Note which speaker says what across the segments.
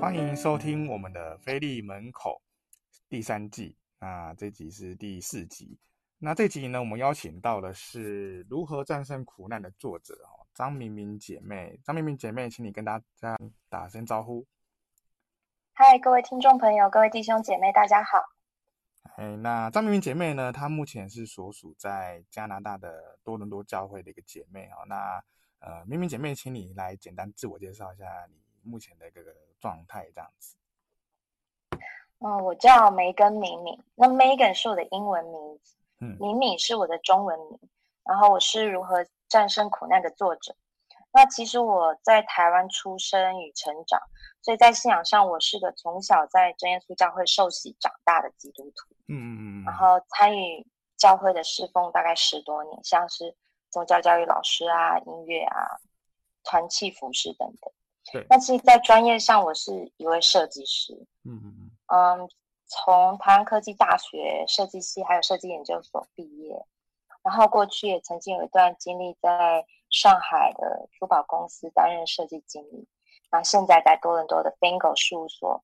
Speaker 1: 欢迎收听我们的《菲利门口》第三季。那这集是第四集。那这集呢，我们邀请到的是《如何战胜苦难》的作者哦，张明明姐妹。张明明姐妹，请你跟大家打声招呼。
Speaker 2: 嗨，各位听众朋友，各位弟兄姐妹，大家好。
Speaker 1: 哎，那张明明姐妹呢？她目前是所属在加拿大的多伦多教会的一个姐妹哦。那呃，明明姐妹，请你来简单自我介绍一下你目前的这个状态，这样子。
Speaker 2: 嗯，我叫梅根敏敏，那 Megan 是我的英文名字，
Speaker 1: 嗯
Speaker 2: 敏敏是我的中文名。然后我是如何战胜苦难的作者。那其实我在台湾出生与成长，所以在信仰上，我是个从小在真耶稣教会受洗长大的基督徒，
Speaker 1: 嗯嗯嗯嗯
Speaker 2: 然。后参与教会的侍奉大概十多年，像是宗教教育老师啊、音乐啊、团契服饰等等。
Speaker 1: 对
Speaker 2: 那其实，在专业上，我是一位设计师。
Speaker 1: 嗯嗯嗯。
Speaker 2: 嗯，从台湾科技大学设计系还有设计研究所毕业，然后过去也曾经有一段经历在上海的珠宝公司担任设计经理，然后现在在多伦多的 Bingo 事务所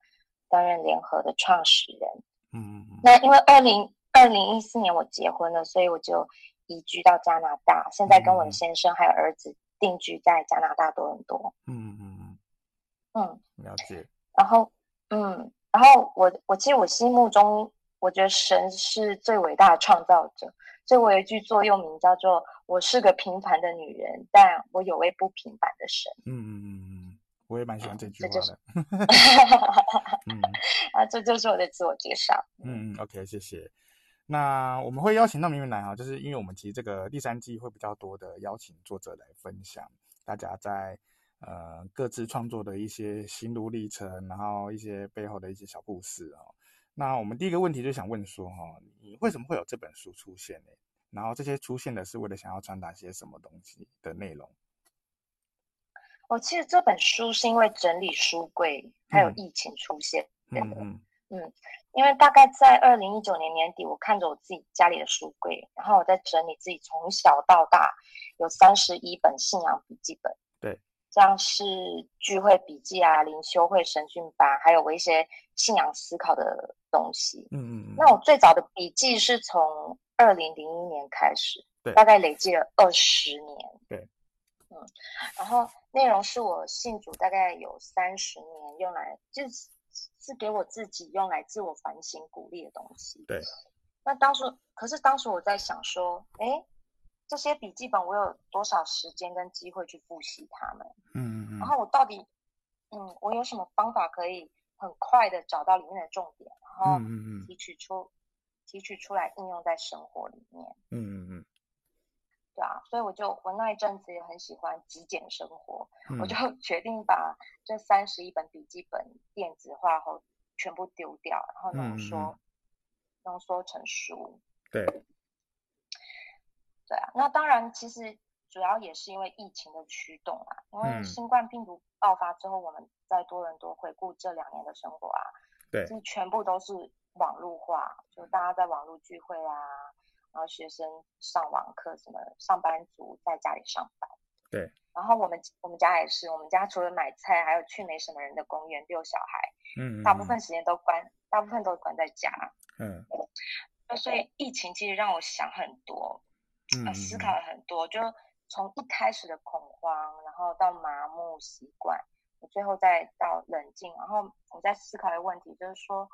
Speaker 2: 担任联合的创始人。
Speaker 1: 嗯嗯嗯，
Speaker 2: 那因为二零二零一四年我结婚了，所以我就移居到加拿大，现在跟我
Speaker 1: 嗯
Speaker 2: 的先生还有儿子定居在加拿大多伦多。
Speaker 1: 嗯嗯
Speaker 2: 嗯。
Speaker 1: 嗯，了解。
Speaker 2: 然后，嗯，然后我我其实我心目中，我觉得神是最伟大的创造者，所以我有一句座右铭叫做“我是个平凡的女人，但我有位不平凡的神
Speaker 1: 嗯嗯嗯嗯，我也蛮喜欢这句
Speaker 2: 这
Speaker 1: 话
Speaker 2: 就
Speaker 1: 的。 嗯”，
Speaker 2: 啊，这就是我的自我介绍。
Speaker 1: 嗯嗯，OK，谢谢。那我们会邀请到明明来哈，就是因为我们其实这个第三季会比较多的邀请作者来分享大家在呃各自创作的一些心路历程，然后一些背后的一些小故事哦。那我们第一个问题就想问说哈、你为什么会有这本书出现呢？然后这些出现的是为了想要传达些什么东西的内容？
Speaker 2: 我、其实这本书是因为整理书柜，还有
Speaker 1: 嗯
Speaker 2: 疫情出现，
Speaker 1: 嗯嗯
Speaker 2: 因为大概在二零一九年年底，我看着我自己家里的书柜，然后我在整理自己从小到大有三十一本信仰笔记本，
Speaker 1: 对，
Speaker 2: 像是聚会笔记啊、灵修会、神训班，还有我一些信仰思考的东西。
Speaker 1: 嗯嗯嗯，
Speaker 2: 那我最早的笔记是从二零零一年开始，
Speaker 1: 对
Speaker 2: 大概累计了二十年。
Speaker 1: 对，
Speaker 2: 嗯，然后内容是我信主大概有三十年，用来就是是给我自己用来自我反省、鼓励的东西。
Speaker 1: 对，
Speaker 2: 那当时可是当时我在想说，诶，这些笔记本我有多少时间跟机会去复习它们？
Speaker 1: 嗯嗯
Speaker 2: 然后我到底，嗯，我有什么方法可以很快的找到里面的重点，然后
Speaker 1: 嗯嗯嗯
Speaker 2: 提取出提取出来应用在生活里面，
Speaker 1: 嗯嗯
Speaker 2: 对啊，所以我就我那一阵子也很喜欢极简生活，
Speaker 1: 嗯，
Speaker 2: 我就 决定把这三十一本笔记本电子化后全部丢掉，然后
Speaker 1: 嗯嗯
Speaker 2: 浓缩、
Speaker 1: 嗯
Speaker 2: 浓缩成书，
Speaker 1: 对，
Speaker 2: 对啊，那当然，其实主要也是因为疫情的驱动啊，因为
Speaker 1: 嗯
Speaker 2: 新冠病毒爆发之后，我们在多伦多回顾这两年的生活啊，
Speaker 1: 对
Speaker 2: 就是全部都是网络化，就大家在网络聚会啊，然后学生上网课，什么上班族在家里上班，
Speaker 1: 对。
Speaker 2: 然后我们我们家也是，我们家除了买菜，还有去没什么人的公园遛小孩，
Speaker 1: 嗯，
Speaker 2: 大部分时间都关，大部分都关在家。
Speaker 1: 嗯
Speaker 2: 那所以疫情其实让我想很多，
Speaker 1: 嗯
Speaker 2: 呃，思考了很多，就从一开始的恐慌，然后到麻木、习惯，我最后再到冷静，然后我在思考一个问题，就是说，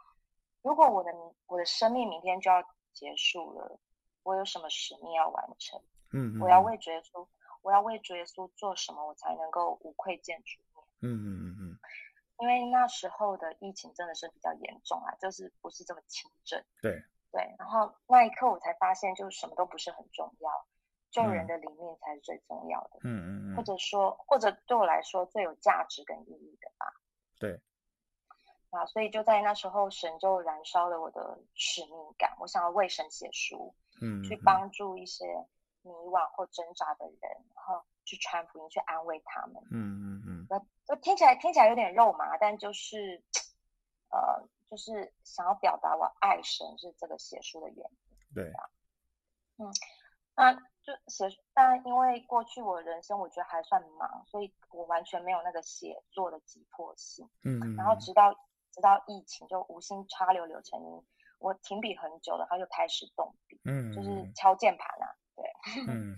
Speaker 2: 如果我的明我的生命明天就要结束了，我有什么使命要完成？
Speaker 1: 嗯，
Speaker 2: 我要为主耶稣，我要为主耶稣做什么，我才能够无愧见主面？
Speaker 1: 嗯嗯嗯
Speaker 2: 因为那时候的疫情真的是比较严重啊，就是不是这么轻症。
Speaker 1: 对
Speaker 2: 对，然后那一刻我才发现，就是什么都不是很重要，救
Speaker 1: 嗯
Speaker 2: 人的灵命才是最重要的，
Speaker 1: 嗯嗯
Speaker 2: 或
Speaker 1: 嗯，
Speaker 2: 者说，或者对我来说最有价值跟意义的吧。
Speaker 1: 对。
Speaker 2: 啊，所以就在那时候，神就燃烧了我的使命感，我想要为神写书，
Speaker 1: 嗯
Speaker 2: 去帮助一些迷惘或挣扎的人，然后去传福音，去安慰他们。
Speaker 1: 嗯嗯嗯
Speaker 2: 那那听起来听起来有点肉麻，但就是，呃，就是想要表达我爱神是这个写书的原因。
Speaker 1: 对，
Speaker 2: 嗯那就写，但因为过去我人生我觉得还算忙，所以我完全没有那个写作的急迫性。
Speaker 1: 嗯，
Speaker 2: 然后直到直到疫情，就无心插柳柳成荫，我停笔很久了，然后就开始动笔，
Speaker 1: 嗯，
Speaker 2: 就是敲键盘啊，
Speaker 1: 嗯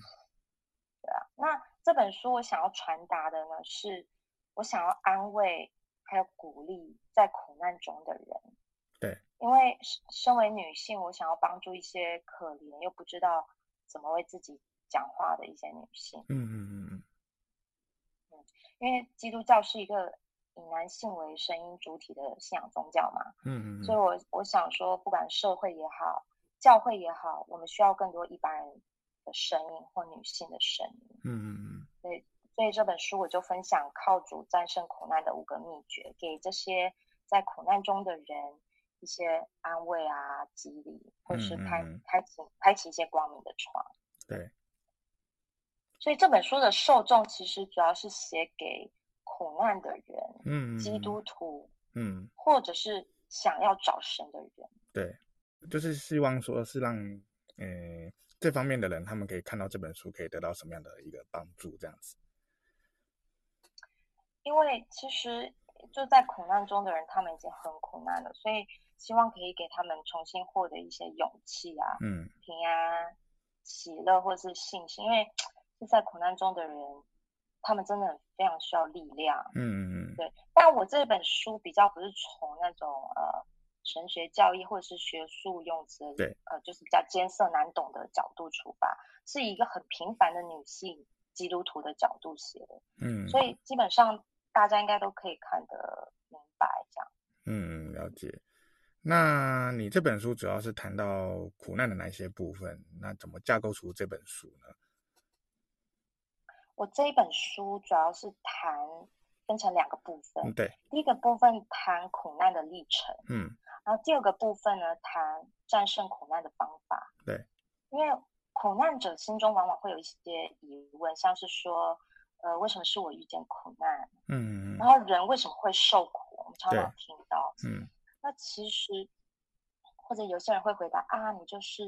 Speaker 2: 对啊。那这本书我想要传达的呢，是我想要安慰还有鼓励在苦难中的人。
Speaker 1: 对，
Speaker 2: 因为身身为女性，我想要帮助一些可怜又不知道怎么为自己讲话的一些女性。
Speaker 1: 嗯嗯嗯
Speaker 2: 因为基督教是一个以男性为声音主体的信仰宗教嘛，
Speaker 1: 嗯嗯，
Speaker 2: 所以我我想说，不管社会也好，教会也好，我们需要更多一般人的声音或女性的声音。
Speaker 1: 嗯嗯
Speaker 2: 所以这本书我就分享靠主战胜苦难的五个秘诀，给这些在苦难中的人一些安慰啊、激励，或是开
Speaker 1: 嗯嗯嗯
Speaker 2: 开启开启一些光明的窗。
Speaker 1: 对，
Speaker 2: 所以这本书的受众其实主要是写给苦难的人、
Speaker 1: 嗯，
Speaker 2: 基督徒，
Speaker 1: 嗯。
Speaker 2: 或者是想要找神的人。
Speaker 1: 对，就是希望说是让，呃，这方面的人他们可以看到这本书，可以得到什么样的一个帮助，这样子。
Speaker 2: 因为其实就在苦难中的人，他们已经很苦难了，所以希望可以给他们重新获得一些勇气啊、
Speaker 1: 嗯
Speaker 2: 平安、喜乐或是信心。因为是在苦难中的人，他们真的非常需要力量。
Speaker 1: 嗯嗯
Speaker 2: 对，但我这本书比较不是从那种呃神学教义或者是学术用词，
Speaker 1: 对，
Speaker 2: 呃，就是比较艰涩难懂的角度出发，是以一个很平凡的女性基督徒的角度写的，
Speaker 1: 嗯嗯
Speaker 2: 所以基本上大家应该都可以看得明白这样。
Speaker 1: 嗯，了解。那你这本书主要是谈到苦难的哪一些部分？那怎么架构出这本书呢？
Speaker 2: 我这一本书主要是谈分成两个部分，
Speaker 1: 嗯，对，
Speaker 2: 第一个部分谈苦难的历程。
Speaker 1: 嗯
Speaker 2: 然后第二个部分呢，谈战胜苦难的方法。
Speaker 1: 对，
Speaker 2: 因为苦难者心中往往会有一些疑问，像是说，呃，为什么是我遇见苦难？
Speaker 1: 嗯嗯
Speaker 2: 然后人为什么会受苦？我们常常
Speaker 1: 对
Speaker 2: 听到。
Speaker 1: 嗯
Speaker 2: 那其实，或者有些人会回答啊，你就是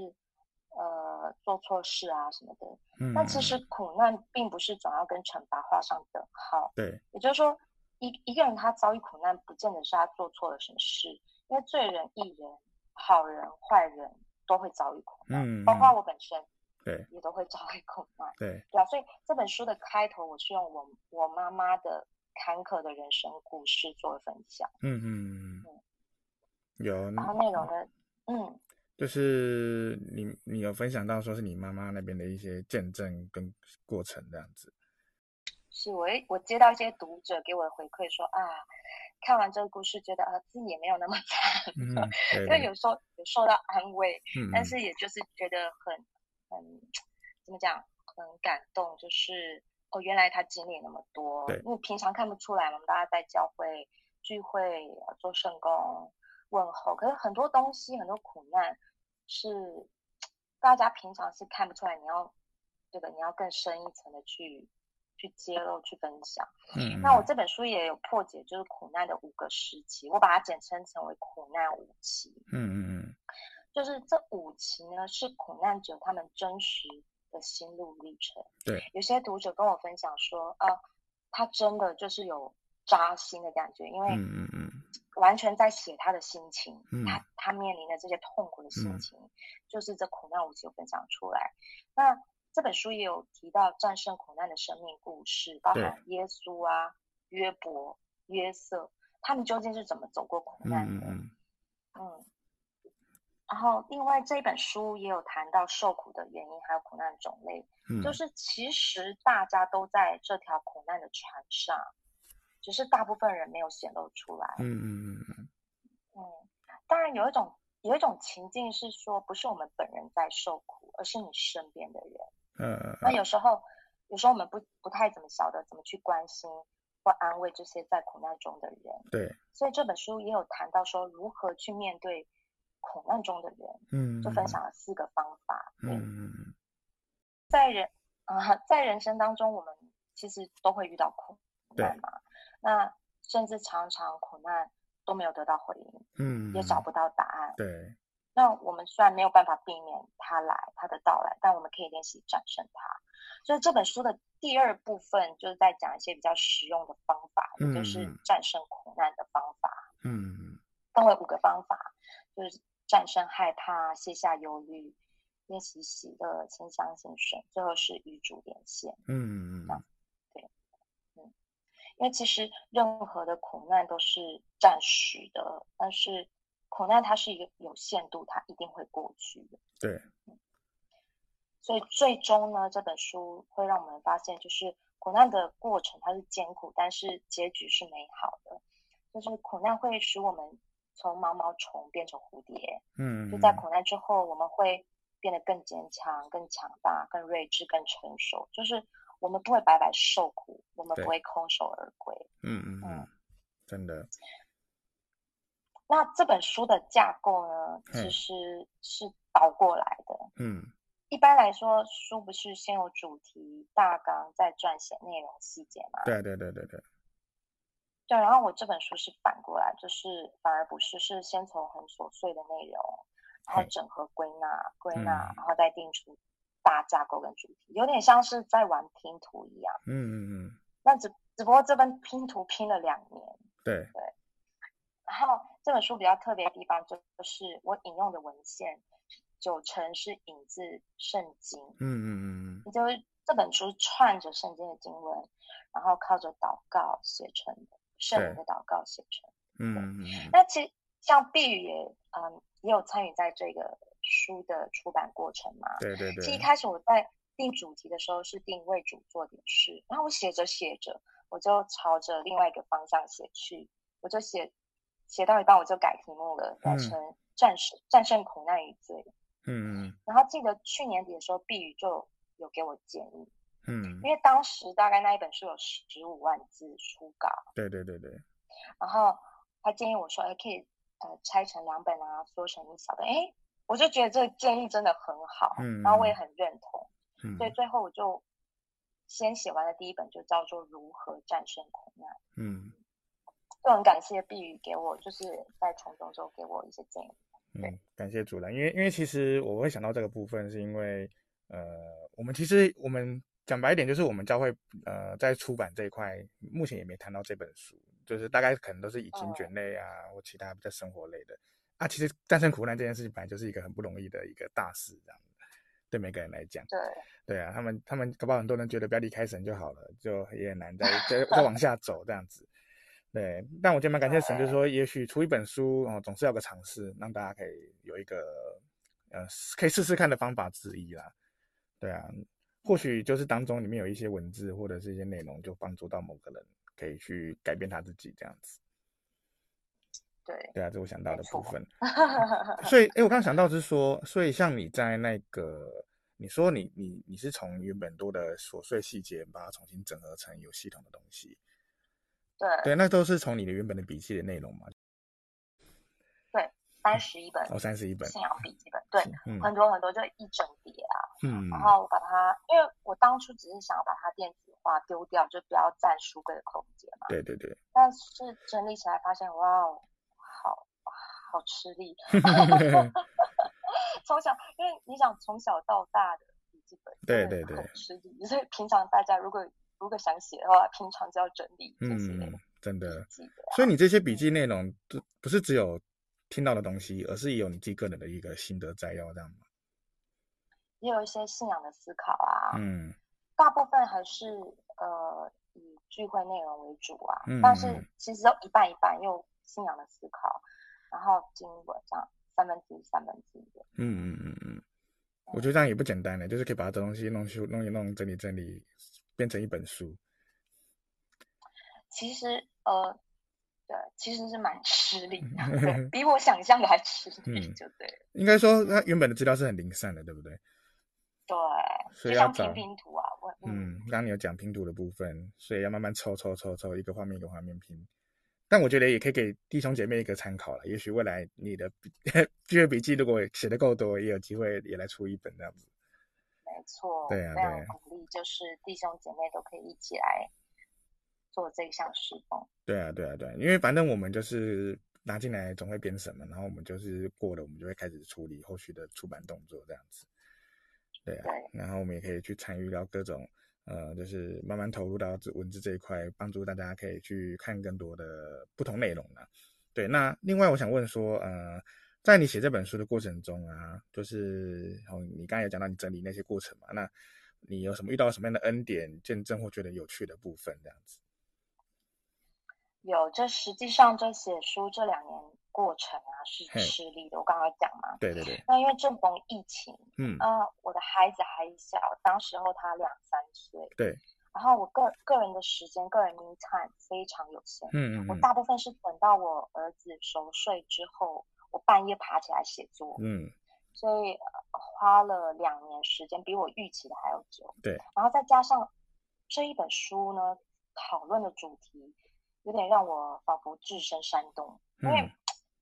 Speaker 2: 呃做错事啊什么的。
Speaker 1: 嗯，
Speaker 2: 但其实苦难并不是总要跟惩罚画上等号。
Speaker 1: 对，
Speaker 2: 也就是说，一一个人他遭遇苦难，不见得是他做错了什么事，因为罪人、艺人、好人、坏人都会遭遇苦难，
Speaker 1: 嗯
Speaker 2: 包括我本身
Speaker 1: 对
Speaker 2: 也都会遭遇苦难，
Speaker 1: 对，
Speaker 2: 对啊。所以这本书的开头，我是用我我妈妈的坎坷的人生故事做分享，
Speaker 1: 嗯嗯嗯，有，
Speaker 2: 然后内容呢，嗯，
Speaker 1: 就是你你有分享到说是你妈妈那边的一些见证跟过程这样子。
Speaker 2: 是我我接到一些读者给我的回馈说啊，看完这个故事，觉得啊自己也没有那么 惨，
Speaker 1: 嗯，对
Speaker 2: 因
Speaker 1: 对
Speaker 2: 为，有时候有受到安慰，
Speaker 1: 嗯
Speaker 2: 但
Speaker 1: 嗯
Speaker 2: 是也就是觉得很很怎么讲，很感动，就是哦，原来他经历那么多
Speaker 1: 对，
Speaker 2: 因为平常看不出来嘛，我们大家在教会聚会、呃做圣工、问候，可是很多东西、很多苦难是大家平常是看不出来，你要这个你要更深一层的去去揭露、去分享。
Speaker 1: 嗯嗯
Speaker 2: 那我这本书也有破解，就是苦难的五个时期，我把它简称成为苦难五期。
Speaker 1: 嗯嗯
Speaker 2: 就是这五期呢，是苦难者他们真实的心路历程。
Speaker 1: 对，
Speaker 2: 有些读者跟我分享说，呃，他真的就是有扎心的感觉，因为
Speaker 1: 嗯嗯嗯
Speaker 2: 完全在写他的心情，
Speaker 1: 嗯
Speaker 2: 他他面临的这些痛苦的心
Speaker 1: 嗯
Speaker 2: 情，就是这苦难五期有分享出来。那这本书也有提到战胜苦难的生命故事，包
Speaker 1: 对
Speaker 2: 含耶稣啊、约伯、约瑟，他们究竟是怎么走过苦
Speaker 1: 嗯
Speaker 2: 难的？
Speaker 1: 嗯嗯，
Speaker 2: 嗯，然后另外这本书也有谈到受苦的原因，还有苦难的种类，
Speaker 1: 嗯
Speaker 2: 就是其实大家都在这条苦难的船上，只是大部分人没有显露出来。
Speaker 1: 嗯嗯嗯
Speaker 2: 嗯，当然有一种有一种情境是说，不是我们本人在受苦，而是你身边的人。
Speaker 1: 嗯呃
Speaker 2: 那有时候，有时候我们不不太怎么晓得怎么去关心或安慰这些在苦难中的人。
Speaker 1: 对，
Speaker 2: 所以这本书也有谈到说如何去面对苦难中的人，
Speaker 1: 嗯
Speaker 2: 就分享了四个方法。
Speaker 1: 嗯
Speaker 2: 对
Speaker 1: 嗯嗯
Speaker 2: 在人啊、在人生当中，我们其实都会遇到苦难嘛，那甚至常常苦难都没有得到回应，
Speaker 1: 嗯
Speaker 2: 也找不到答案。
Speaker 1: 对
Speaker 2: 那我们虽然没有办法避免他来他的到来，但我们可以练习战胜他。所以这本书的第二部分就是在讲一些比较实用的方法，也就是战胜苦难的方法。
Speaker 1: 嗯，
Speaker 2: 共为五个方法，就是战胜害怕、卸下忧虑、练习喜乐、清香心神，最后是与主连线。
Speaker 1: 嗯嗯嗯，
Speaker 2: 因为其实任何的苦难都是暂时的，但是苦难它是一个有限度，它一定会过去的。嗯
Speaker 1: 对，
Speaker 2: 所以最终呢，这本书会让我们发现，就是苦难的过程它是艰苦，但是结局是美好的。就是苦难会使我们从毛毛虫变成蝴蝶，
Speaker 1: 嗯，
Speaker 2: 就在苦难之后，我们会变得更坚强、更强大、更睿智、更成熟。就是我们不会白白受苦，我们
Speaker 1: 对
Speaker 2: 不会空手而归。
Speaker 1: 嗯嗯嗯
Speaker 2: 嗯，
Speaker 1: 真的，
Speaker 2: 那这本书的架构呢，
Speaker 1: 嗯
Speaker 2: 其实是倒过来的。
Speaker 1: 嗯
Speaker 2: 一般来说，书不是先有主题大纲，再撰写内容细节吗？
Speaker 1: 对对对对对，
Speaker 2: 对，然后我这本书是反过来，就是反而不是，是先从很琐碎的内容，然后
Speaker 1: 对
Speaker 2: 整合归纳、归
Speaker 1: 嗯，
Speaker 2: 纳然后再定出大架构跟主题，有点像是在玩拼图一样。
Speaker 1: 嗯嗯嗯，
Speaker 2: 那只只不过这份拼图拼了两年，
Speaker 1: 对，
Speaker 2: 然后这本书比较特别的地方就是我引用的文献九成是引自圣经，
Speaker 1: 嗯嗯嗯嗯，
Speaker 2: 就是这本书串着圣经的经文，然后靠着祷告写成的，圣灵的祷告写成。
Speaker 1: 嗯嗯嗯
Speaker 2: 那其实像碧宇也，嗯，也有参与在这个书的出版过程嘛。
Speaker 1: 对对
Speaker 2: 其实一
Speaker 1: 对，
Speaker 2: 开始我在定主题的时候是定为主做点事，然后我写着写着，我就朝着另外一个方向写去，我就写写到一半我就改题目了，改
Speaker 1: 嗯
Speaker 2: 成战胜、战胜苦难与罪。
Speaker 1: 嗯
Speaker 2: 然后记得去年底的时候，碧宇就有给我建议，
Speaker 1: 嗯嗯，
Speaker 2: 因为当时大概那一本书有十五万字初稿，
Speaker 1: 对对对对，
Speaker 2: 然后他建议我说，哎，可以呃拆成两本啊，缩成一小本，哎，我就觉得这个建议真的很好，
Speaker 1: 嗯
Speaker 2: 然后我也很认同，
Speaker 1: 嗯
Speaker 2: 所以最后我就先写完了第一本，就叫做《如何战胜苦难》。
Speaker 1: 嗯
Speaker 2: 就很感谢碧宇给我，就是在从中就给我一些建议。
Speaker 1: 嗯，感谢主人，因为因为其实我会想到这个部分，是因为呃，我们其实我们讲白一点，就是我们教会呃在出版这一块，目前也没谈到这本书，就是大概可能都是以经卷类啊、或其他比较生活类的啊。其实战胜苦难这件事情本来就是一个很不容易的一个大事，这样子对每个人来讲。
Speaker 2: 对，
Speaker 1: 对啊，他们他们搞不好很多人觉得不要离开神就好了，就也很难再 再再往下走这样子。对，但我觉得蛮感谢神，就是说，也许出一本书哦，总是要有个尝试，让大家可以有一个呃，可以试试看的方法之一啦。对啊，或许就是当中里面有一些文字或者是一些内容，就帮助到某个人可以去改变他自己这样子。
Speaker 2: 对，
Speaker 1: 对啊，这是我想到的部
Speaker 2: 没错
Speaker 1: 分。所以，哎，我刚刚想到是说，所以像你在那个，你说你你你是从原本多的琐碎细节，把它重新整合成有系统的东西。
Speaker 2: 对，
Speaker 1: 对，那都是从你的原本的笔记的内容嘛。
Speaker 2: 三十一本
Speaker 1: 哦，三十一本。
Speaker 2: 信仰笔记本，对，
Speaker 1: 嗯
Speaker 2: 很多很多，就一整叠啊。
Speaker 1: 嗯
Speaker 2: 然后我把它，因为我当初只是想要把它电子化丢掉，就不要占书柜的空间嘛。
Speaker 1: 对对 对，
Speaker 2: 但是整理起来发现，哇哦，好好吃 力。从小，因为你想从小到大的笔记本，
Speaker 1: 对
Speaker 2: 真的
Speaker 1: 对对
Speaker 2: 很吃力。所以平常大家如果如果想写的话，平常就要整理这些
Speaker 1: 嗯，真的
Speaker 2: 笔。记的。
Speaker 1: 所以你这些笔记内容，都不是只有听到的东西，而是也有你自己个人的一个心得摘要这样嘛。
Speaker 2: 也有一些信仰的思考啊，
Speaker 1: 嗯
Speaker 2: 大部分还是呃以聚会内容为主啊，
Speaker 1: 嗯
Speaker 2: 但
Speaker 1: 嗯
Speaker 2: 是其实都一半一半，又信仰的思考，然后经文这样三分之一三分之一的。
Speaker 1: 嗯嗯嗯嗯，我觉得这样也不简单的，就是可以把这东西弄修弄一弄，整理整理，变成一本书。
Speaker 2: 其实呃，对，其实是蛮吃力的，对比我想象的还吃力，
Speaker 1: 嗯
Speaker 2: 就对了。
Speaker 1: 应该说，它原本的资料是很零散的，对不对？所
Speaker 2: 对，
Speaker 1: 以
Speaker 2: 就
Speaker 1: 要
Speaker 2: 像
Speaker 1: 找
Speaker 2: 拼拼图啊，我嗯
Speaker 1: 嗯，刚刚你有讲拼图的部分，所以要慢慢抽抽抽抽，一个画面一个画面拼。但我觉得也可以给弟兄姐妹一个参考了，也许未来你的笔 聚会笔记如果写的够多，也有机会也来出一本这样子。
Speaker 2: 没错，
Speaker 1: 对啊
Speaker 2: 非
Speaker 1: 对
Speaker 2: 常
Speaker 1: 啊
Speaker 2: 鼓励，就是弟兄姐妹都可以一起来做这项事工。
Speaker 1: 对啊，对啊，对啊，因为反正我们就是拿进来总会编什么，然后我们就是过了，我们就会开始处理后续的出版动作这样子。对啊，然后我们也可以去参与到各种呃，就是慢慢投入到这文字这一块，帮助大家可以去看更多的不同内容啦。对，那另外我想问说，呃，在你写这本书的过程中啊，就是哦，你刚才有讲到你整理那些过程嘛，那你有什么遇到什么样的恩典、见证或觉得有趣的部分这样子？
Speaker 2: 有，这实际上这写书这两年过程啊是
Speaker 1: 嘿
Speaker 2: 吃力的，我刚刚有讲嘛。
Speaker 1: 对对对，
Speaker 2: 那因为正逢疫情，
Speaker 1: 嗯，
Speaker 2: 啊、我的孩子还小，当时候他两三岁，
Speaker 1: 对，
Speaker 2: 然后我个个人的时间、个人 me time 非常有限，
Speaker 1: 嗯嗯
Speaker 2: 我
Speaker 1: 嗯
Speaker 2: 大部分是等到我儿子熟睡之后，我半夜爬起来写作，
Speaker 1: 嗯，
Speaker 2: 所以、呃花了两年时间，比我预期的还要久。
Speaker 1: 对，
Speaker 2: 然后再加上这一本书呢，讨论的主题有点让我仿佛置身山洞，因为
Speaker 1: 嗯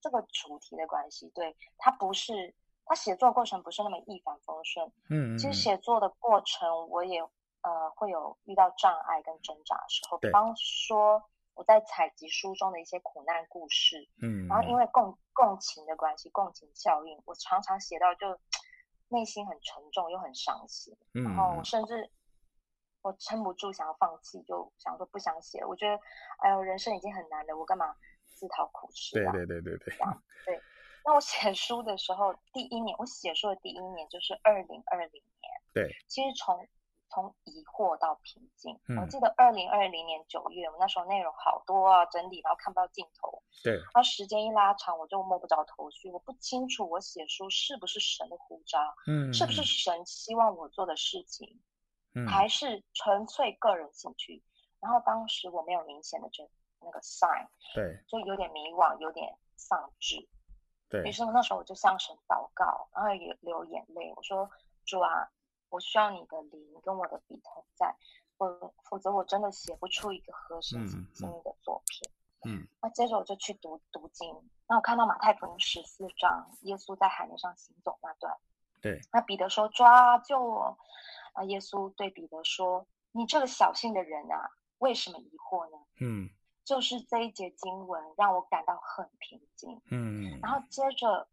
Speaker 2: 这个主题的关系，对它不是它写作过程不是那么一帆风顺，
Speaker 1: 嗯，嗯
Speaker 2: 其实
Speaker 1: 嗯
Speaker 2: 写作的过程，我也呃会有遇到障碍跟挣扎的时候，比
Speaker 1: 对
Speaker 2: 方说我在采集书中的一些苦难故事，
Speaker 1: 嗯，
Speaker 2: 然后因为共共情的关系，共情效应，我常常写到就内心很沉重又很伤心，
Speaker 1: 嗯
Speaker 2: 然后我甚至我撑不住想要放弃，就想说不想写了，我觉得哎呦人生已经很难了，我干嘛自讨苦吃
Speaker 1: 对
Speaker 2: 啊？
Speaker 1: 对对对对，
Speaker 2: 那我写书的时候，第一年我写书的第一年就是二零二零年，
Speaker 1: 对，
Speaker 2: 其实从从疑惑到平静，我
Speaker 1: 嗯
Speaker 2: 记得二零二零年九月，我那时候内容好多啊，整理然后看不到尽头，
Speaker 1: 对，
Speaker 2: 然后时间一拉长，我就摸不着头绪，我不清楚我写书是不是神的呼召，
Speaker 1: 嗯，
Speaker 2: 是不是神希望我做的事情，
Speaker 1: 嗯
Speaker 2: 还是纯粹个人兴趣？然后当时我没有明显的这那个 sign，
Speaker 1: 对
Speaker 2: 就有点迷惘，有点丧志。于
Speaker 1: 对
Speaker 2: 是那时候我就向神祷告，然后也流眼泪，我说：“主啊，我需要你的灵跟我的笔同在，我否则我真的写不出一个合
Speaker 1: 嗯
Speaker 2: 神
Speaker 1: 嗯
Speaker 2: 心意的作品。”
Speaker 1: 嗯，
Speaker 2: 那接着我就去读读经，那我看到马太福音十四章，耶稣在海面上行走那段，
Speaker 1: 对，
Speaker 2: 那彼得说：“抓啊救我！”啊，耶稣对彼得说：“你这个小信的人啊，为什么疑惑呢
Speaker 1: 嗯？”
Speaker 2: 就是这一节经文让我感到很平静。
Speaker 1: 嗯，
Speaker 2: 然后接着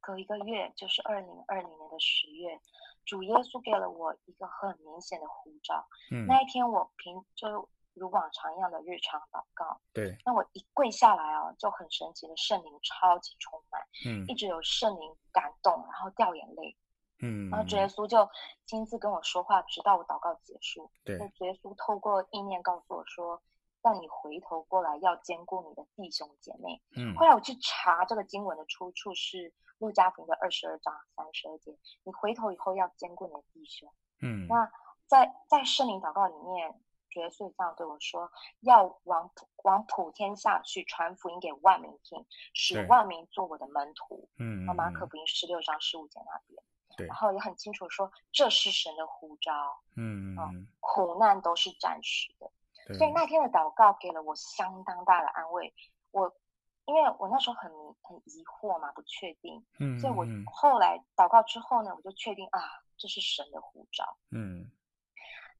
Speaker 2: 隔一个月，就是二零二零年的十月，主耶稣给了我一个很明显的呼召。
Speaker 1: 嗯
Speaker 2: 那一天我平就如往常一样的日常祷告，
Speaker 1: 对，
Speaker 2: 那我一跪下来啊，就很神奇的圣灵超级充满，
Speaker 1: 嗯
Speaker 2: 一直有圣灵感动，然后掉眼泪，
Speaker 1: 嗯，
Speaker 2: 然后主耶稣就亲自跟我说话，直到我祷告结束。
Speaker 1: 对
Speaker 2: 那主耶稣透过意念告诉我说。让你回头过来，要兼顾你的弟兄姐妹。
Speaker 1: 嗯
Speaker 2: 后来我去查这个经文的出处是《路加福音》的二十二章三十二节。你回头以后要兼顾你的弟兄。
Speaker 1: 嗯
Speaker 2: 在在圣灵祷告里面，主耶稣这样对我说：“要往普往普天下去传福音给万民听，使
Speaker 1: 对
Speaker 2: 万民做我的门徒。”
Speaker 1: 嗯，
Speaker 2: 那马可福音十六章十五节那边。
Speaker 1: 对
Speaker 2: 然后也很清楚说，这是神的呼召，
Speaker 1: 嗯
Speaker 2: 苦难都是暂时的。
Speaker 1: 对
Speaker 2: 所以那天的祷告给了我相当大的安慰。我因为我那时候很迷很疑惑嘛，不确定，
Speaker 1: 嗯，
Speaker 2: 所以我后来祷告之后呢，我就确定啊，这是神的呼召。
Speaker 1: 嗯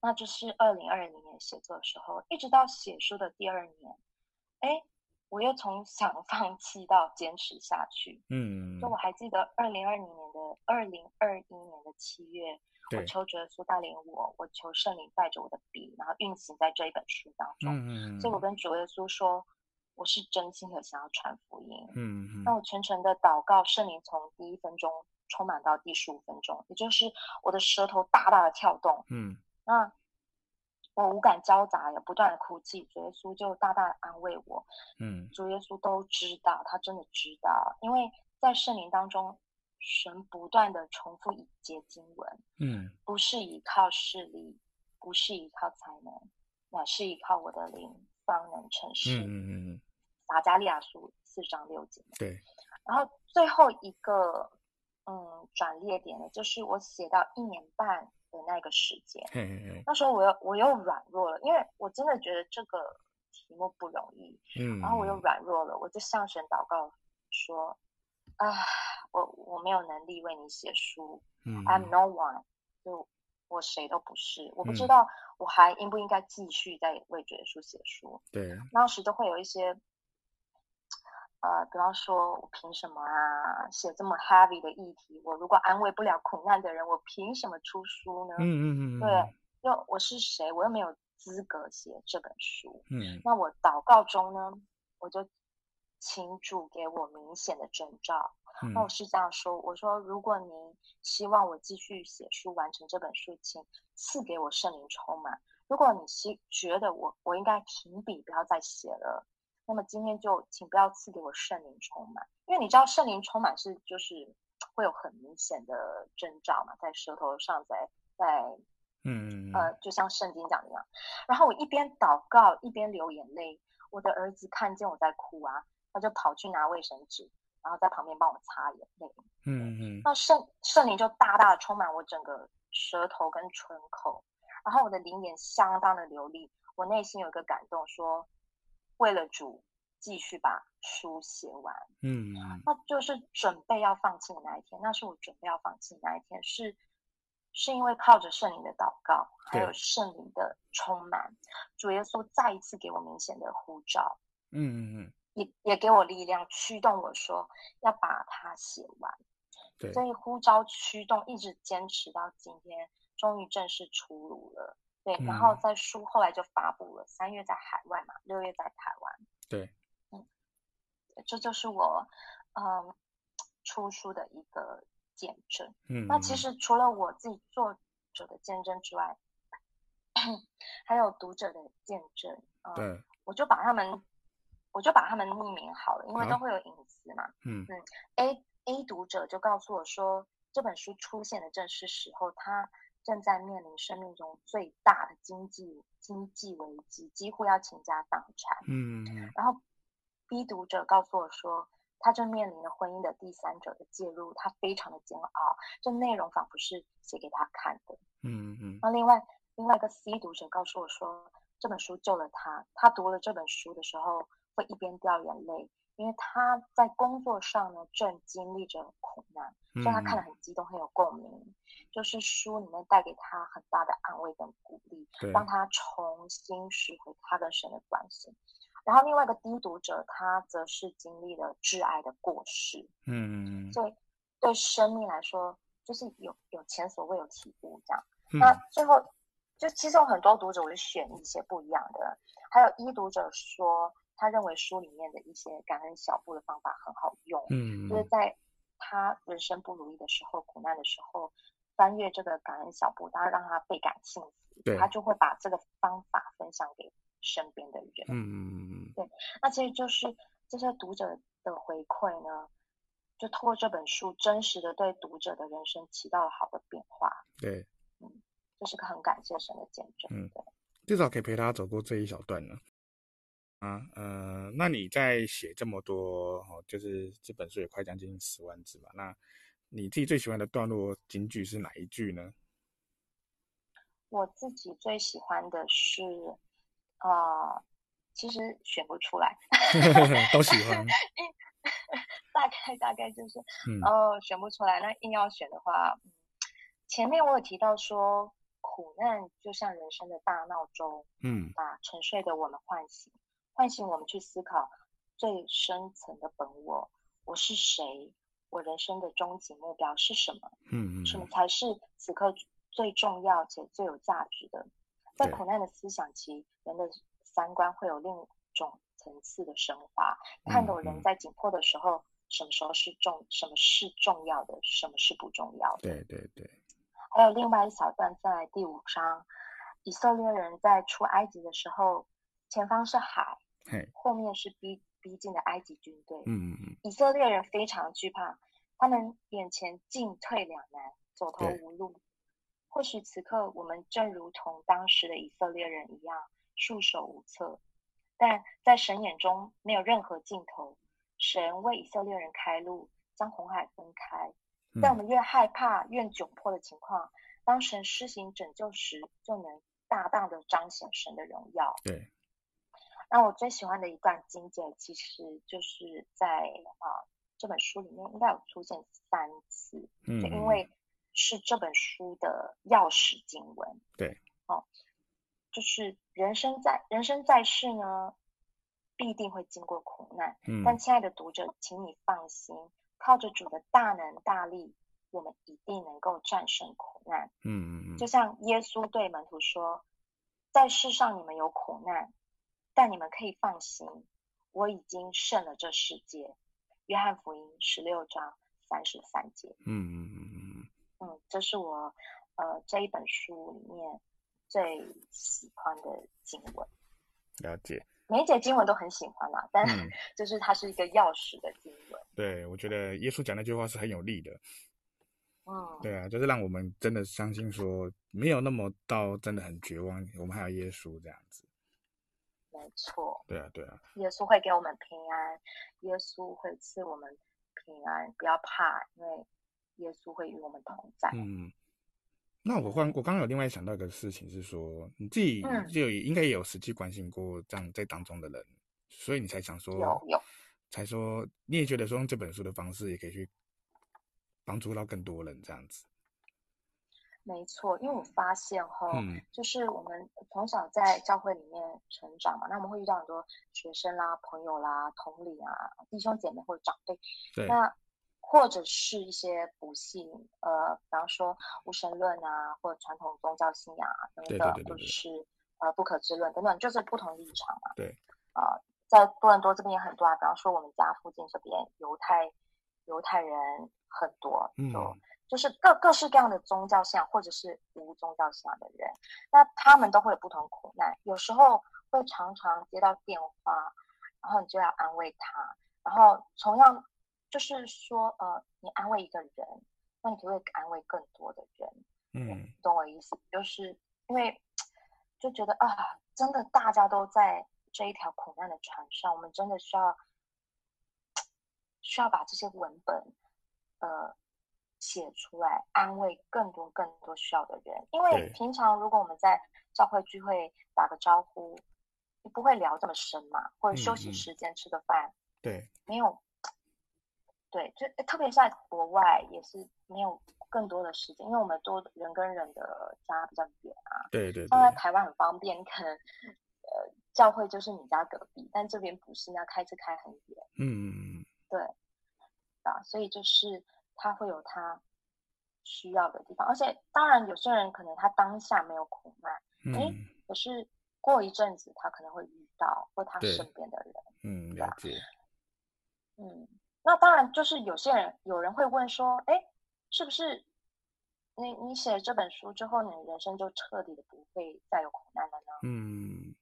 Speaker 2: 那就是二零二零年写作的时候，一直到写书的第二年，哎，我又从想放 弃到坚持下去。
Speaker 1: 嗯，
Speaker 2: 就我还记得二零二零年的二零二一年的七月，我
Speaker 1: 对，
Speaker 2: 求主耶稣带领我，我求圣灵带着我的笔，然后运行在这一本书当中。
Speaker 1: 嗯嗯，
Speaker 2: 所以我跟主耶稣说，我是真心的想要传福音。
Speaker 1: 嗯
Speaker 2: 那我全程的祷告，圣灵从第一分钟充满到第十五分钟，也就是我的舌头大大的跳动，
Speaker 1: 嗯
Speaker 2: 那我五感交杂，也不断的哭泣。主耶稣就大大的安慰我，
Speaker 1: 嗯
Speaker 2: 主耶稣都知道，他真的知道，因为在圣灵当中，神不断的重复一节经文，
Speaker 1: 嗯
Speaker 2: 不是依靠势力，不是依靠才能，乃是依靠我的灵方能成事。
Speaker 1: 嗯嗯，
Speaker 2: 撒加利亚书四章六节。
Speaker 1: 对，
Speaker 2: 然后最后一个嗯转捩点呢，就是我写到一年半的那个时间，
Speaker 1: 嘿嘿，
Speaker 2: 那时候我又我又软弱了，因为我真的觉得这个题目不容易，
Speaker 1: 嗯，
Speaker 2: 然后我又软弱了，我就向神祷告说。啊，我我没有能力为你写书、i
Speaker 1: 嗯
Speaker 2: m no one，就我谁都不是，我不知
Speaker 1: 嗯
Speaker 2: 道我还应不应该继续在为主耶稣写书。
Speaker 1: 对，
Speaker 2: 当时就会有一些呃，不要说我凭什么啊，写这么 heavy 的议题，我如果安慰不了苦难的人，我凭什么出书呢？
Speaker 1: 嗯嗯嗯，
Speaker 2: 对，又我是谁？我又没有资格写这本书。
Speaker 1: 嗯
Speaker 2: 那我祷告中呢，我就请主给我明显的征兆。
Speaker 1: 嗯
Speaker 2: 那我是这样说，我说如果您希望我继续写书完成这本书，请赐给我圣灵充满。如果你希觉得我我应该停笔，不要再写了，那么今天就请不要赐给我圣灵充满，因为你知道圣灵充满是就是会有很明显的征兆嘛，在舌头上，在在
Speaker 1: 嗯嗯
Speaker 2: 呃，就像圣经讲的一样。然后我一边祷告一边流眼泪，我的儿子看见我在哭啊，他就跑去拿卫生纸，然后在旁边帮我擦眼泪。
Speaker 1: 嗯嗯
Speaker 2: 那圣圣灵就大大的充满我整个舌头跟唇口，然后我的灵眼相当的流利，我内心有一个感动说，为了主继续把书写完。
Speaker 1: 嗯嗯
Speaker 2: 那就是准备要放弃的那一天，那是我准备要放弃的那一天，是是因为靠着圣灵的祷告，还有
Speaker 1: 对
Speaker 2: 圣灵的充满，主耶稣再一次给我明显的呼召，
Speaker 1: 嗯嗯，
Speaker 2: 也也给我力量，驱动我说要把它写完。
Speaker 1: 对，
Speaker 2: 所以呼召驱动一直坚持到今天，终于正式出炉了。对，然后
Speaker 1: 嗯
Speaker 2: 在书后来就发布了，三月在海外嘛，六月在台湾。
Speaker 1: 对，
Speaker 2: 嗯，这就是我嗯出书的一个见证。
Speaker 1: 嗯，
Speaker 2: 那其实除了我自己作者的见证之外，还有读者的见证。嗯、，
Speaker 1: 对，
Speaker 2: 我就把他们，我就把他们匿名好了，因为
Speaker 1: 好
Speaker 2: 都会有隐私嘛。
Speaker 1: 嗯
Speaker 2: A A 读者就告诉我说，这本书出现的正是时候，他正在面临生命中最大的经济经济危机，几乎要倾家荡产。
Speaker 1: 嗯
Speaker 2: 然后 B 读者告诉我说，他正面临了婚姻的第三者的介入，他非常的煎熬。这内容仿佛是写给他看的。
Speaker 1: 嗯嗯
Speaker 2: 那另外另外一个 C 读者告诉我说，这本书救了他。他读了这本书的时候，会一边掉眼泪，因为他在工作上呢正经历着苦难，
Speaker 1: 嗯，
Speaker 2: 所以他看了很激动，很有共鸣。就是书里面带给他很大的安慰跟鼓励，
Speaker 1: 对，
Speaker 2: 让他重新拾回他跟神的关系。然后另外一个低读者，他则是经历了挚爱的过世，
Speaker 1: 嗯嗯
Speaker 2: 所以对生命来说，就是有有前所未有体悟这样。
Speaker 1: 嗯
Speaker 2: 那最后，就其实有很多读者，我就选一些不一样的。还有一读者说，他认为书里面的一些感恩小步的方法很好用，
Speaker 1: 嗯
Speaker 2: 就是在他人生不如意的时候、苦难的时候，翻阅这个感恩小步，他让他倍感幸
Speaker 1: 对
Speaker 2: 福，他就会把这个方法分享给身边的人。
Speaker 1: 嗯
Speaker 2: 那其实就是这些读者的回馈呢，就通过这本书真实的对读者的人生起到了好的变化，
Speaker 1: 对，
Speaker 2: 这是个很感谢神的见证。
Speaker 1: 嗯
Speaker 2: 对，
Speaker 1: 至少可以陪他走过这一小段呢。啊，呃，那你在写这么多，哦，就是这本书也快将近十万字吧？那你自己最喜欢的段落金句是哪一句呢？
Speaker 2: 我自己最喜欢的是，呃，其实选不出来，
Speaker 1: 都喜欢，
Speaker 2: 大概大概就是
Speaker 1: 嗯
Speaker 2: 哦，选不出来。那硬要选的话，嗯，前面我有提到说，苦难就像人生的大闹钟，
Speaker 1: 嗯
Speaker 2: 把沉睡的我们唤醒，唤醒我们去思考最深层的本我：我是谁？我人生的终极目标是什么？
Speaker 1: 嗯
Speaker 2: 什么
Speaker 1: 嗯，
Speaker 2: 才是此刻最重要且最有价值的？在
Speaker 1: 对
Speaker 2: 苦难的思想期，人的三观会有另一种层次的升华，看懂
Speaker 1: 嗯
Speaker 2: 人在紧迫的时候，什么时候是重，什么是重要的，什么是不重要的。
Speaker 1: 对对对，
Speaker 2: 还有另外一小段在第五章，以色列人在出埃及的时候，前方是海，
Speaker 1: 嘿，
Speaker 2: 后面是逼逼近的埃及军队。
Speaker 1: 嗯嗯
Speaker 2: 以色列人非常惧怕，他们眼前进退两难，走投
Speaker 1: 对
Speaker 2: 无路。或许此刻我们正如同当时的以色列人一样，束手无策，但在神眼中没有任何尽头。神为以色列人开路，将红海分开，
Speaker 1: 嗯，
Speaker 2: 在我们越害怕、越窘迫的情况，当神施行拯救时，就能大大的彰显神的荣耀。
Speaker 1: 对，
Speaker 2: 那我最喜欢的一段经节，其实就是在啊、这本书里面应该有出现三次，
Speaker 1: 嗯，
Speaker 2: 就因为是这本书的钥匙经文。
Speaker 1: 对，
Speaker 2: 哦，就是人生在人生在世呢，必定会经过苦难。
Speaker 1: 嗯
Speaker 2: 但亲爱的读者，请你放心，靠着主的大能大力，我们一定能够战胜苦难。
Speaker 1: 嗯嗯
Speaker 2: 就
Speaker 1: 嗯，
Speaker 2: 像耶稣对门徒说：“在世上你们有苦难，但你们可以放心，我已经胜了这世界。”约翰福音十六章三十三节。
Speaker 1: 嗯嗯嗯嗯嗯。
Speaker 2: 嗯，这是我呃这一本书里面最喜欢的经文，
Speaker 1: 了解，
Speaker 2: 每一节经文都很喜欢啦、但
Speaker 1: 嗯，
Speaker 2: 就是它是一个钥匙的经文。
Speaker 1: 对，我觉得耶稣讲那句话是很有力的，
Speaker 2: 嗯，
Speaker 1: 对啊，就是让我们真的相信说没有那么到真的很绝望，我们还有耶稣这样子，
Speaker 2: 没错，
Speaker 1: 对啊，对啊，
Speaker 2: 耶稣会给我们平安，耶稣会赐我们平安，不要怕，因为耶稣会与我们同在。
Speaker 1: 嗯，那我换我刚刚有另外想到一个事情是说，你自己
Speaker 2: 嗯
Speaker 1: 就也应该也有实际关心过这样在当中的人，所以你才想说，
Speaker 2: 有有，
Speaker 1: 才说你也觉得说用这本书的方式也可以去帮助到更多人这样子，
Speaker 2: 没错，因为我发现哈、
Speaker 1: 嗯
Speaker 2: 就是我们从小在教会里面成长嘛，那我们会遇到很多学生啦、朋友啦、同龄啊、弟兄姐妹或者长辈，
Speaker 1: 对，
Speaker 2: 那或者是一些不信，呃，比方说无神论啊，或者传统宗教信仰啊等
Speaker 1: 对对
Speaker 2: 等，
Speaker 1: 对对
Speaker 2: 或者
Speaker 1: 对
Speaker 2: 是呃不可知论等等，就是不同立场嘛。
Speaker 1: 对。
Speaker 2: 啊、在多伦多这边也很多啊，比方说我们家附近这边犹太犹太人很多，
Speaker 1: 嗯
Speaker 2: 就就是各各式各样的宗教信仰，或者是无宗教信仰的人，那他们都会有不同苦难，有时候会常常接到电话，然后你就要安慰他，然后同样就是说，呃，你安慰一个人，那你可不可以安慰更多的人？
Speaker 1: 嗯
Speaker 2: 懂我意思？就是因为就觉得啊，真的大家都在这一条苦难的船上，我们真的需要需要把这些文本呃写出来，安慰更多更多需要的人。因为
Speaker 1: 对
Speaker 2: 平常如果我们在教会聚会打个招呼，你不会聊这么深嘛，或者休
Speaker 1: 嗯嗯
Speaker 2: 息时间吃个饭，
Speaker 1: 对，
Speaker 2: 没有，对，就呃特别是在国外也是没有更多的时间，因为我们多人跟人的家比较远啊。
Speaker 1: 对对对
Speaker 2: 像在台湾很方便，你可能呃教会就是你家隔壁，但这边不是，那开车开很远
Speaker 1: 嗯嗯
Speaker 2: 啊，所以就是他会有他需要的地方，而且当然有些人可能他当下没有苦难，
Speaker 1: 嗯
Speaker 2: 诶
Speaker 1: 嗯
Speaker 2: 可是过一阵子他可能会遇到或他
Speaker 1: 对
Speaker 2: 身边的人。
Speaker 1: 嗯，了解，
Speaker 2: 嗯，那当然，就是有些人有人会问说，哎，是不是你你写了这本书之后，你人生就彻底的不会再有苦难了呢？
Speaker 1: 嗯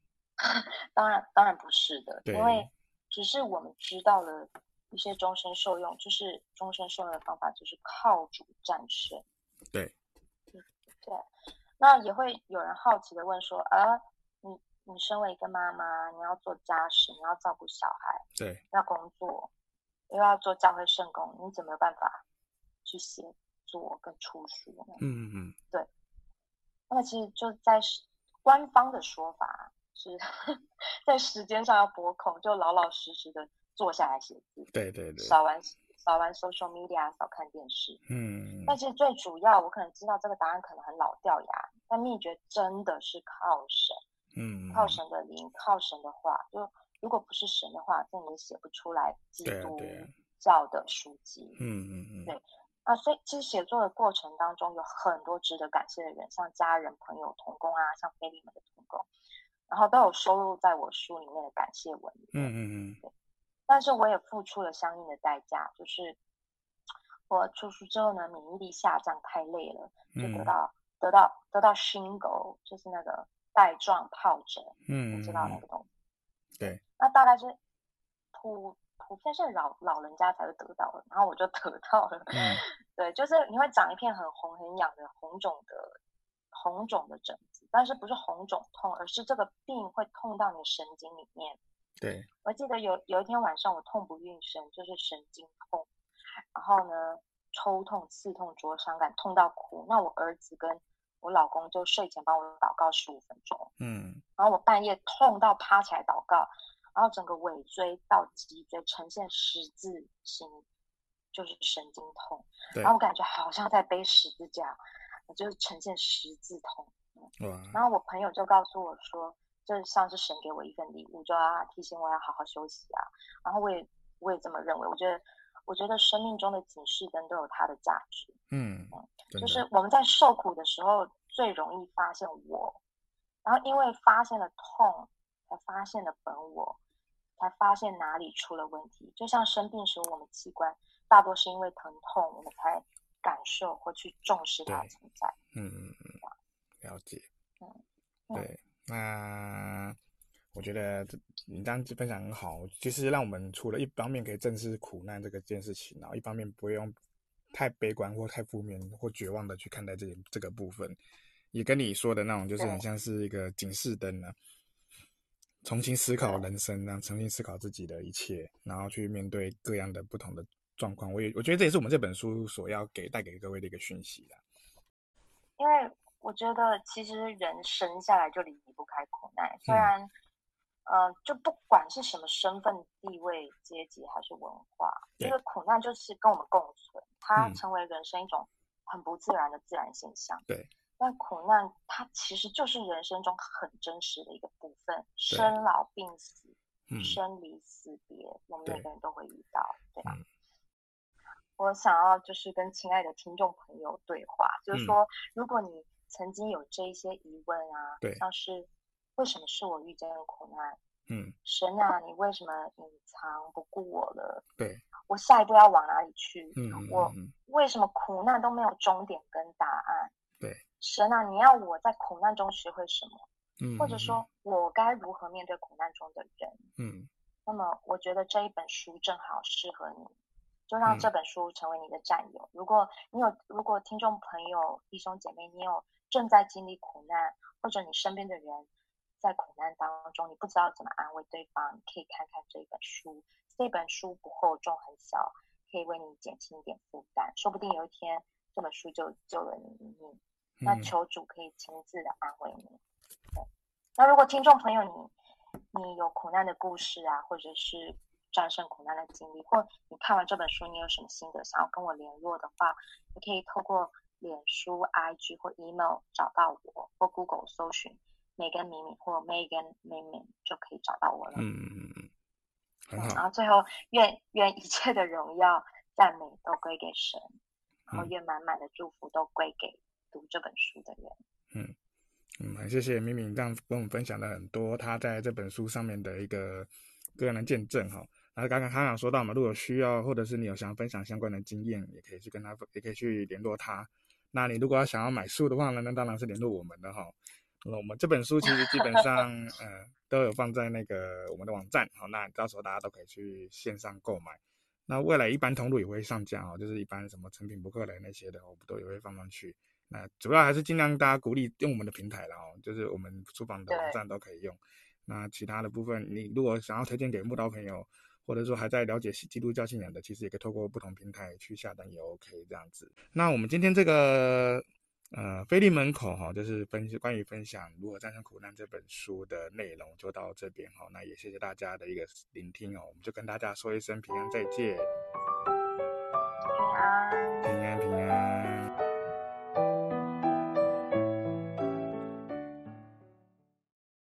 Speaker 2: 当然，当然不是的，
Speaker 1: 对
Speaker 2: 因为只是我们知道了一些终身受用，就是终身受用的方法，就是靠主战胜。
Speaker 1: 对
Speaker 2: 嗯，对。那也会有人好奇的问说，啊，你你身为一个妈妈，你要做家事，你要照顾小孩。
Speaker 1: 对，
Speaker 2: 要工作，又要做教会圣工，你怎么有办法去写作跟出书呢？
Speaker 1: 嗯嗯嗯，
Speaker 2: 那其实就在时官方的说法是 在时间上要拨空，就老老实实的坐下来写字，
Speaker 1: 对对对，
Speaker 2: 少玩少玩 social media，少看电视。
Speaker 1: 嗯，
Speaker 2: 但是最主要，我可能知道这个答案可能很老掉牙，但秘诀真的是靠神。
Speaker 1: 嗯，
Speaker 2: 靠神的灵，靠神的话，就如果不是神的话，那你也写不出来基
Speaker 1: 对啊
Speaker 2: 督
Speaker 1: 对啊
Speaker 2: 教的书籍
Speaker 1: 嗯嗯嗯，
Speaker 2: 对啊。所以其实写作的过程当中，有很多值得感谢的人，像家人、朋友、童工啊，像菲利门的童工，然后都有收录在我书里面的感谢文里面。
Speaker 1: 嗯嗯嗯，
Speaker 2: 但是我也付出了相应的代价，就是我出书之后呢，免疫力下降，太累了，就得
Speaker 1: 嗯
Speaker 2: 到、得到得到 shingle，就是那个带状疱疹。
Speaker 1: 嗯，
Speaker 2: 你知道那个东西。
Speaker 1: 对，
Speaker 2: 那大概是普普遍是老老人家才会得到的，然后我就得到了。
Speaker 1: 嗯
Speaker 2: 对，就是你会长一片很红很痒的红肿的红肿的疹子，但是不是红肿痛，而是这个病会痛到你的神经里面。
Speaker 1: 对，
Speaker 2: 我记得有有一天晚上我痛不欲生，就是神经痛，然后呢抽痛、刺痛、灼伤感，痛到哭。那我儿子跟我老公就睡前帮我祷告十五分钟，
Speaker 1: 嗯
Speaker 2: 然后我半夜痛到趴起来祷告，然后整个尾椎到脊椎呈现十字形，就是神经痛，
Speaker 1: 对
Speaker 2: 然后我感觉好像在背十字呃架，我就是呈现十字痛。
Speaker 1: 哇，
Speaker 2: 然后我朋友就告诉我说，就像是神给我一份礼物，就要提醒我要好好休息啊。然后我也我也这么认为，我觉得我觉得生命中的警示灯都有它的价值。
Speaker 1: 嗯，真
Speaker 2: 就
Speaker 1: 的
Speaker 2: 是我们在受苦的时候最容易发现我，然后因为发现了痛，才发现了本我，才发现哪里出了问题。就像生病时候，我们器官大多是因为疼痛，我们才感受或去重视它的
Speaker 1: 对
Speaker 2: 存在。
Speaker 1: 嗯嗯嗯，了解。
Speaker 2: 嗯嗯
Speaker 1: 对，那我觉得这你这样子分享很好，就是让我们除了一方面可以正视苦难这个件事情，然后一方面不用太悲观或太负面或绝望的去看待这件这个部分，也跟你说的那种，就是很
Speaker 2: 对
Speaker 1: 像是一个警示灯啊，重新思考人生，然后重新思考自己的一切，然后去面对各样的不同的状况。我也我觉得这也是我们这本书所要给带给各位的一个讯息啦。
Speaker 2: 因为我觉得其实人生下来就离不开苦难，
Speaker 1: 嗯
Speaker 2: 虽然，嗯、就不管是什么身份、地位、阶级还是文化，
Speaker 1: 对
Speaker 2: 这个苦难就是跟我们共存，它
Speaker 1: 嗯
Speaker 2: 成为人生一种很不自然的自然现象。
Speaker 1: 对，
Speaker 2: 但苦难它其实就是人生中很真实的一个部分，生老病死、
Speaker 1: 嗯，
Speaker 2: 生离死别，我们
Speaker 1: 对
Speaker 2: 每个人都会遇到，对吧？
Speaker 1: 嗯
Speaker 2: 我想要就是跟亲爱的听众朋友对话，就
Speaker 1: 嗯
Speaker 2: 是说，如果你曾经有这一些疑问啊，
Speaker 1: 对
Speaker 2: 像是为什么是我遇见了苦难？
Speaker 1: 嗯，
Speaker 2: 神啊，你为什么隐藏不顾我了？
Speaker 1: 对，
Speaker 2: 我下一步要往哪里去？
Speaker 1: 嗯嗯
Speaker 2: 我
Speaker 1: 嗯嗯，
Speaker 2: 为什么苦难都没有终点跟答案？
Speaker 1: 对，
Speaker 2: 神啊，你要我在苦难中学会什么？
Speaker 1: 嗯，
Speaker 2: 或者
Speaker 1: 嗯，
Speaker 2: 说我该如何面对苦难中的人？
Speaker 1: 嗯。
Speaker 2: 那么我觉得这一本书正好适合你，就
Speaker 1: 嗯
Speaker 2: 让这本书成为你的战友。如果你有，如果听众朋友、弟兄姐妹，你有正在经历苦难，或者你身边的人在苦难当中，你不知道怎么安慰对方，你可以看看这本书。这本书不厚重，很小，可以为你减轻一点负担。说不定有一天这本书就救了你一命。那
Speaker 1: 嗯
Speaker 2: 求主可以亲自的安慰你。对，那如果听众朋友你你有苦难的故事啊，或者是战胜苦难的经历，或你看完这本书你有什么心得，想要跟我联络的话，你可以透过脸书、IG 或 email 找到我，或 Google 搜寻。梅根敏敏或 Megan 敏敏就可以找到我了。
Speaker 1: 嗯嗯嗯嗯，很
Speaker 2: 然
Speaker 1: 好，
Speaker 2: 后最后，愿愿一切的荣耀、赞美都归给神，然后
Speaker 1: 嗯
Speaker 2: 愿满满的祝福都归给读这本书的人。
Speaker 1: 嗯，很谢谢敏敏这样跟我们分享了很多她在这本书上面的一个个人的见证哈。然后刚刚她想说到嘛，如果需要或者是你有想分享相关的经验，也可以去跟她分，也可以去联络她。那你如果要想要买书的话呢，那当然是联络我们的哈。那我们这本书其实基本上呃都有放在那个我们的网站，好，那到时候大家都可以去线上购买。那未来一般通路也会上架哦，就是一般什么成品博客来那些的，我们都也会放上去。那主要还是尽量大家鼓励用我们的平台啦哦，就是我们书房的网
Speaker 2: 对
Speaker 1: 站都可以用。那其他的部分，你如果想要推荐给慕道朋友，或者说还在了解西基督教信仰的，其实也可以透过不同平台去下单也 OK 这样子。那我们今天这个呃菲利门口哈、就是分关于分享如何战胜苦难这本书的内容就到这边哈、那也谢谢大家的一个聆听哦，我们就跟大家说一声平安再见。
Speaker 2: 啊